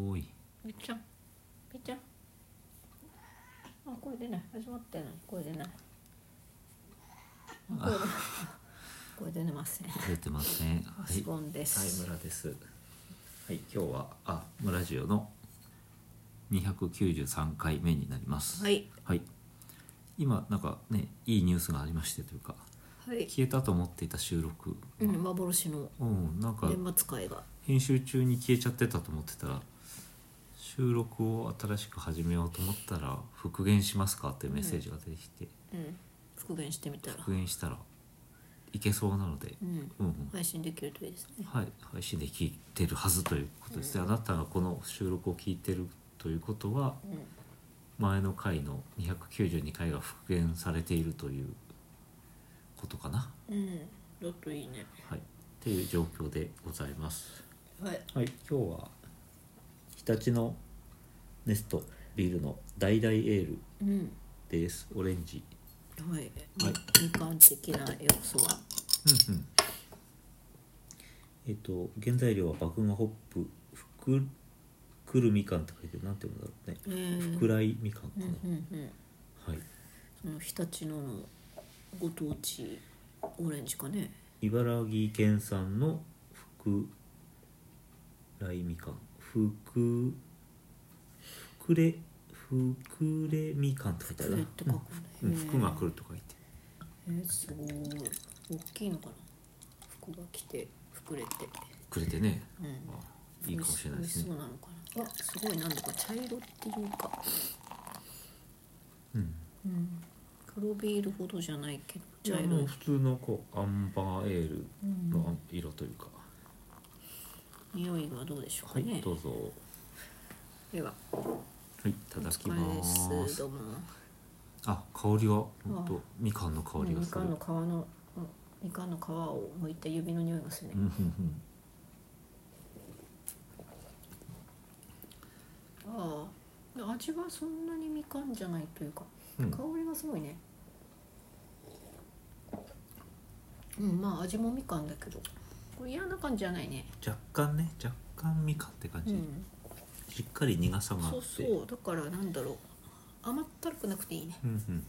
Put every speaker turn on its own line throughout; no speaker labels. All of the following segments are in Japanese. ちゃんピーちゃんあ声出ない始まってない声出ないあ声出ない声出ません
出てません。は
パ
い
ソ。コンで
はい、
す、
村です。はい、今日は、あ、村ジオの。293回目になります。
はい。
今、なんかね、いいニュースがありましてというか、
はい
消えたと思っていた収録。
うん、幻の
うん、なんか
年末会が
編集中に消えちゃってたと思ってたら。収録を新しく始めようと思ったら復元しますかっていうメッセージが出てきて、
うん復元してみたら
復元したらいけそうなので、
うん
うんうん、
配信できるといいですね
はい、配信で聞いてるはずということです、であなたがこの収録を聞いてるということは
うん
前の回の292回が復元されているということかな、
うんだといいね
はい、っていう状況でございます、
はい
はい、今日は日立のネストビールの大々エール
うん
ですオレンジ
はい、みみかん的な要素は
うんうんえっ、と原材料は麦芽ホップふくくるみかんって書いてるなんて読むんだろうね
えー、
ふくらいみかんか
うん
な、
うんうん
はい
その日立ののご当地オレンジかね
茨城県産の福来みかん福くふくれふくれみかんって書いてあ
そ
る
れっ
な
て書くんだ
うん、
よね
福が来ると書いて
えーすごい大きいのかな服が着て膨れて
くれてね
うん
あいいかもしれないですね
美味しそうなのかなあすごいなんだか茶色っていうか
うん
うん黒ビールほどじゃないけど
じゃ
茶
あ
色
もう普通のこうアンバーエールの色というか、
匂いはどうでしょうか
は
ね、
いどうぞ
では
はいいた
お
だき
疲
ま
れ
ー
です
す
どうも
あ香りは本当みかんの香りが
み
す
か
る
んの皮のうんみかんの皮を剥いた指の匂いがするね、
うんうんうん
ああ味はそんなにみかんじゃないというか、
うん
香りがすごいねうんまあ味もみかんだけどこれ嫌な感じじゃないね
若干ね若干みかんって感
う
じ、
ん
しっかり苦さがあって
そうそうだからなんだろう甘ったるくなくていいね
うんうん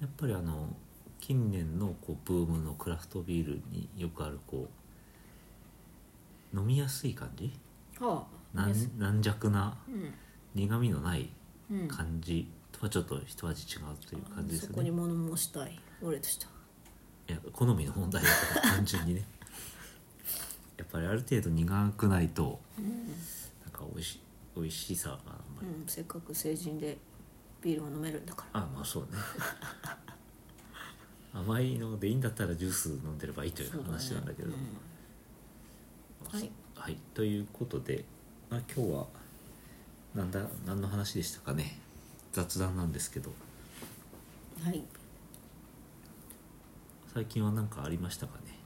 やっぱりあの近年のこうブームのクラフトビールによくあるこう飲みやすい感じ
ああ
軟軟弱な
うん
苦みのない
うん
感じとはちょっと一味違うという感じです
そこ
ね
に物申したい俺とした
いや好みの問題だから単純 にねやっぱりある程度苦くないと
うん、
なんか美味し美味しさがあんまり、
うん、せっかく成人でビールが飲めるんだから
あまあそうね甘いのでいいんだったらジュース飲んでればいいという
そうね
話なんだけど
うんはい、
はい、ということで、まあ、今日はなんだ何の話でしたかね雑談なんですけど
はい
最近は何かありましたかね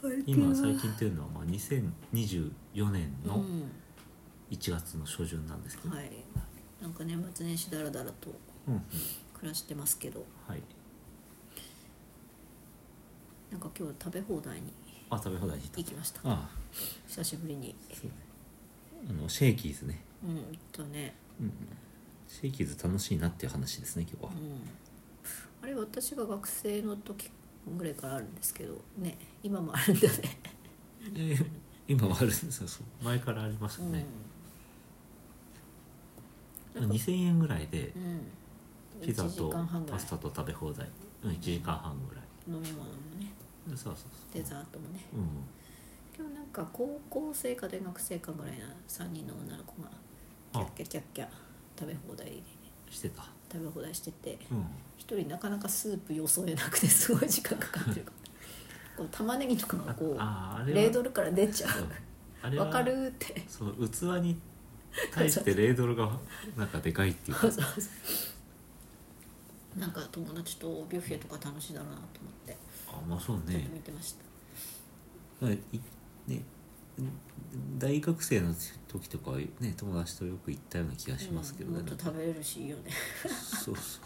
最
今最近というのはまあ2024年
う
の
ん
1月の初旬なんですけど、
はい、なんか年末年始だらだらと
うんうん
暮らしてますけど
はい、
なんか今日食べ放題に
あ食べ放題に行
行
っ
きました
たあ
久しぶりに
あそうあのシェーキーズね、
うん行ったね、
うんうん、シェーキーズ楽しいなっていう話ですね今日
う
は、
ん、あれ私が学生の時ぐらいからあるんですけどね今もあるんだ ね
えー今はあるんですよそう前からありましたね、
うんなんか
2000円ぐらいで、
うん
ピザ
1時
と
間半ぐら
パ
い
スタと食べ放題うん1時間半ぐらい
飲み物もね
でそうそうそう
デザートもね
うん
今日なんか高校生か大学生かぐらいな3人の女の子がキャッキャキャッキャ食べ放題
してた
食べ放題してて
うん
一人なかなかスープよそえなくてすごい時間かかってるからこう玉ねぎとかがこ
あああ
う
れは
レードルから出ちゃ
うんあ
う
れは
わかるって
その器に対してレードルがなんかでかいって いうか
そうそうそうなんか友達とビュッフェとか楽しいだろうなと思って
あまあそう
ちょっ
ね
と見てました、
はいいねうん大学生の時とかはね友達とよく行ったような気がしますけど
うん
ね、
もっと食べれるしいいよね
そうそう、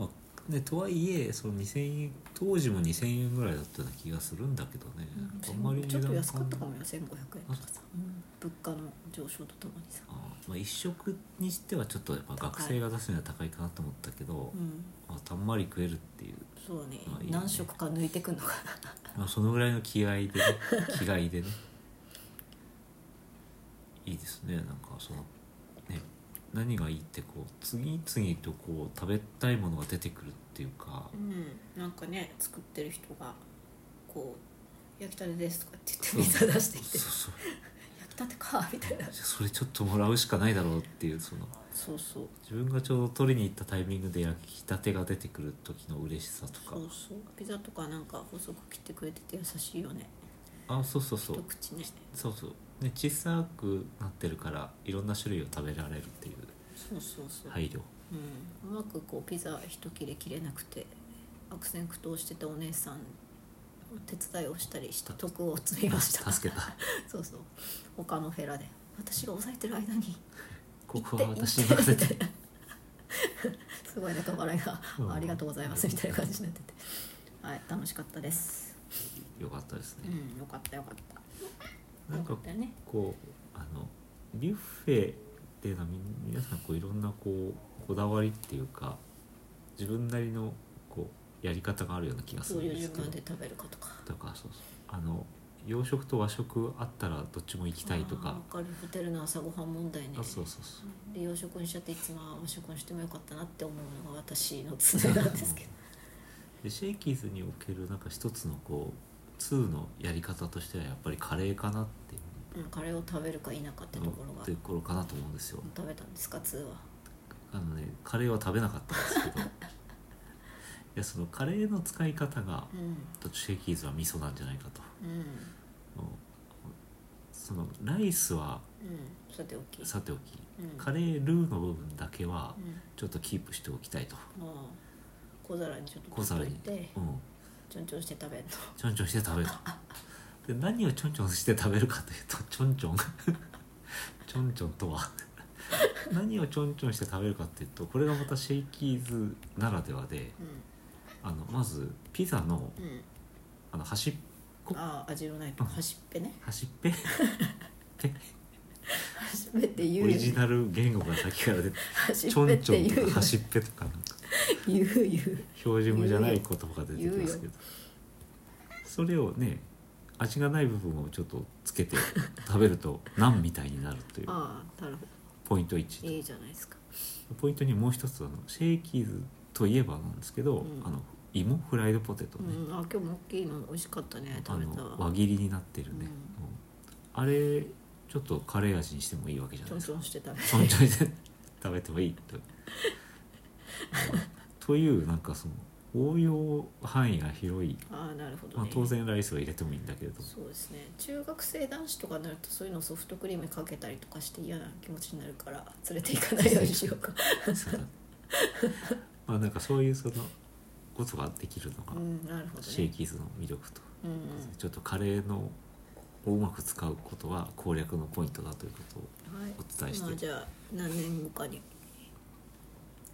まあ、でとはいえその2000円当時も2000円ぐらいだったような気がするんだけどね、
うん
あんまり
ちょっと安かった
値段変わん
か
ない
もよ1500円とかさ、うん物価の上昇とともにさ、
あーまあ、一食にしてはちょっとやっぱ学生が出すには高いかなと思ったけど、
うん、
まあ、たんまり食えるっていう、
そうだね
まあいいね
何色か抜いてくんのかな
まあ、そのぐらいの気合で ね気概でねいいですねなんかそのね何がいいってこう次々とこう食べたいものが出てくるっていうか、
うん、なんかね作ってる人がこう「焼きたてです」とかって言ってネタ出してきて
そうそう
「焼きたてか」みたい
じ
な
ゃあそれちょっともらうしかないだろうっていうその
そうそう
自分がちょうど取りに行ったタイミングで焼きたてが出てくる時の嬉しさとか
そうそうピザとかなんか細く切ってくれてて優しいよね
あそうそうそ
一
う
口ね
そうそうね小さくなってるからいろんな種類を食べられるっていう
そうそうそう、
配慮
うん、うまくこうピザ一切れ切れなくて悪戦苦闘してたお姉さんお手伝いをしたりして徳を積みました
助けた
そうそう他のフェラで私が抑えてる間に
ここは私に任せて
すごいなんか笑いが、
うん
ありがとうございますみたいな感じになっててはい楽しかったです
よかったです
う
ね、
んよかったよかった
なんか
よったよね
こうあのビュッフェっていうのはみ皆さんこういろんなこうこだわりっていうか自分なりのこうやり方があるような気がす
ど
る
うんいう
です
順
けど
番で食べるかとか
とかそうそうあの洋食と和食あったらどっちも行きたいと
あー
か
わかるホテルの朝ごはん問題ね
あそうそうそう
で洋食にしちゃっていつも和食にしてもよかったなって思うのが私の常なんですけど
でシェイキーズにおけるなんか一つのこう2のやり方としてはやっぱりカレーかなっていう
うんカレーを食べるか否かってところが
っていうところかなと思うんですよ
食べたんですか通は
あのねカレーは食べなかったんですけどいやそのカレーの使い方が
うん
シェイキーズは味噌なんじゃないかと
うんうん
うんそのライスは
さておき
さておき
うん
カレールーの部分だけは
うん
ちょっとキープしておきたいと、
あー小皿にちょっと
小皿に
取っといて
うん、
ちょんちょんして食べるの
ちょんちょんして食べるとで何をちょんちょんして食べるかというとちょんちょんちょんちょんとは何をちょんちょんして食べるかっていうとこれがまたシェイキーズならではで
う
あのまずピザの
んうん
あの端っこ
ああ味のないと
うん
端っぺね
端っぺ
端っぺって言
オ
う
リ
よ
ジ
ね
ナル言語が先から出て
端っ
ちょ
ぺっ
んちょ
て
んと
言う
か
よね
端っぺとかなんか
言う言う
標準語じゃない言葉が出てきますけ
言
ど
う
それをね味がない部分をちょっとつけて食べる とナンみたいになるという
ああなるほ
ポイント1
どいいじゃないですか
ポイントにもう一つあのシェイキーズといえばなんですけど、
うん
あの芋フライドポテト
う
ね、
んあ今日も大きいの美味しかったね
あ
食べた
の
わ
輪切りになってるね、
うん
うんあれちょっとカレー味にしてもいいわけじゃな
ち
い
ょ
で
ん
す
ち
か
ょんして食べ
ちょんちょいで食べてもいいと。というなんかその応用範囲が広い、
ああなるほど
ま
ね、
あ、当然ライスは入れてもいいんだけれども
そうですね中学生男子とかになるとそういうのをソフトクリームにかけたりとかして嫌な気持ちになるから連れて行かないようにしようか
そうだまあなんかそういうそのことができるの
う
が
んなるほど
シェイ
ね
キーズの魅力と。
うんうん
ちょっとカレーのをうまく使うことは攻略のポイントだということを
はい
お伝えして
まあじゃあ何年後かに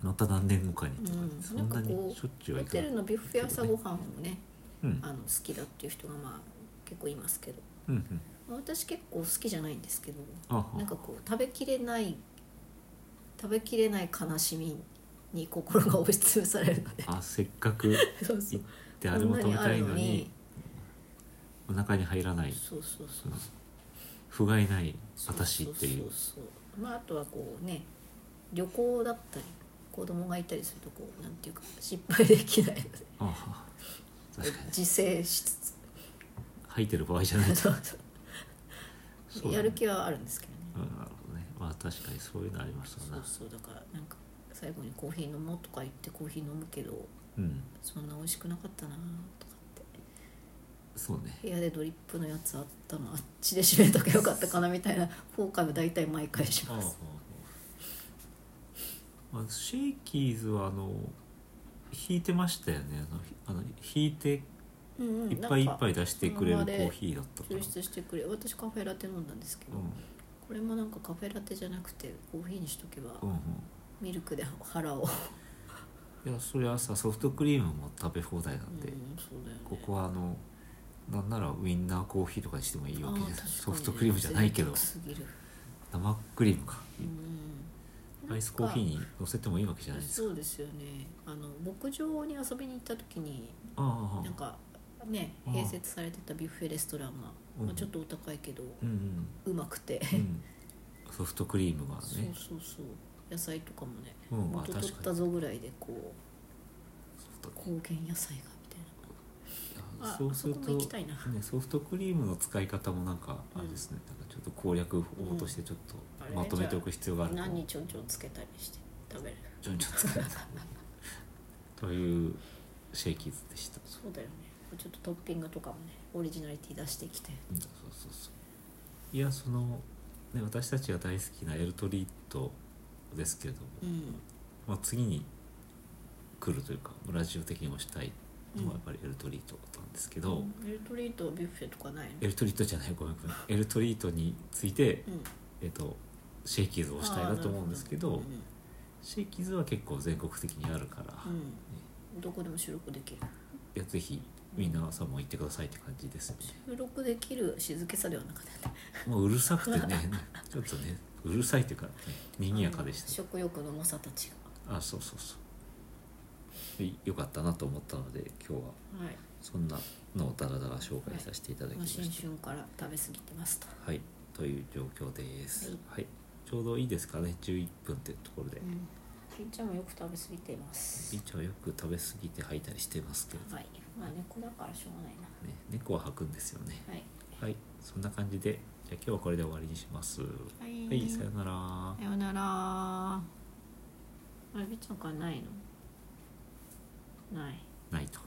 また何年後かにっていうか、
うん
そんな
なんかこ
に
う
しょっちゅうは
ホ
いか
テ
ない
ルのビュッフェ朝ごはんをね
うん
あの好きだっていう人がまあ結構いますけど
うんうん
まあ私結構好きじゃないんですけど
あは
なんかこう食べきれない食べきれない悲しみに心が押しつぶさ れるので
あせっかく
そうそ
行っ
う
てあれも食べたい
こ
の
んなにあるのに
にお腹に入らない
そうそう
そ
そう
の不甲斐ない私ってい
そううそうそうまああとはこうね旅行だったり子供がいたりするとこうなんていうか失敗で きないので
あは確かに
自制しつ つ
吐いてる場合じゃないと
そうそう
そうだ ね
やる気はあるんですけどね
うんなるほどねまあ確かにそういうのありまし
そう
たな
そうだからなんか最後にコーヒー飲もうとか言ってコーヒー飲むけど
うん
そんな美味しくなかったなとかって
そうね
部屋でドリップのやつあったのあっちで締めとけよかったかなみたいな後悔を大体毎回し
あ
ます
あああシェイキーズはあの引いてましたよねあのひあの引いて
うんうん
いっぱいい
な
っ
んか
ぱい出してくれる
な
コ
んか
ーヒーだったから
抽出してくれ私カフェラテ飲んだんですけ
う
ど、
ん
これもなんかカフェラテじゃなくてコーヒーにしとけば
うんうん
ミルクで腹を
いやそれはさソフトクリームも食べ放題なんで、
うんそうだよね
ここはあのなんならウインナーコーヒーとかにしてもいいわけじゃない
あー確かに
ソフトクリームじゃないけど
贅沢すぎる
生クリームか、
うん
アイスコーヒー
なんか
に乗せてもいいわけじゃないですか
そうですよねあの牧場に遊びに行った時に
ああ
なんかね
あー
併設されてたビュッフェレストランが、
うん
まあ、ちょっとお高いけど
うんうん
うまくて、
うんソフトクリームがね
そうそうそう野菜とかもね
うんまあ
元取っ
確か
た
に
ぞぐらいでこ
ソフ
う
トクリーム
高原野菜がみたい
い
な
や
あ
そうす
そ
る
ことも行きたいな
ね、ソフトクリームの使い方もなんかあれですね、なんかちょっと攻略法としてちょっ
うんあれ
とまとめておく必要があると思う
何にちょんちょんつけたりして食べる
ちょんちょん使えないというシェイキーズでした
そうだよねちょっとトッピングとかもねオリジナリティ出してきて
うんそうそうそういやその、ね、私たちが大好きなエルトリートですけれども、
うん
まあ、次に来るというかラジオ的にもしたいのは
うん
やっぱりエルトリートなんですけど、
うんエルトリートビュッフェとかないの
エルトリートじゃないごめんごめんエルトリートについて、
うん
えっと、シェイキーズをしたいなと思うんですけど
あーなる
シェイキーズは結構全国的にあるから、
ほどうんうんどこでも収録できる
いやぜひ皆さんも行ってくださいって感じですね。
収録できる静けさではなかったね
もううるさくてね ちょっとねうるさいというか、ね、賑やかでした、
食欲の猛者たち
あそうそうそうでよかったなと思ったので今日は
がはい
そんなのをダラダラ紹介させていただき
ま
ま
あ
した
新春から食べ過ぎてますと、
はい、という状況です、はいちょうどいいですかね11分ってところで、
うん、ピーちゃんもよく食べ過ぎてます
ピーちゃんはよく食べ過ぎて吐いたりしてますけど
はいまあ猫だからしょうがないな
ね猫は吐くんですよね
はい
はいそんな感じでじゃあ今日はこれで終わりにしますは
はい
いさよなら、
さよならあれピーちゃんからないのない
ないと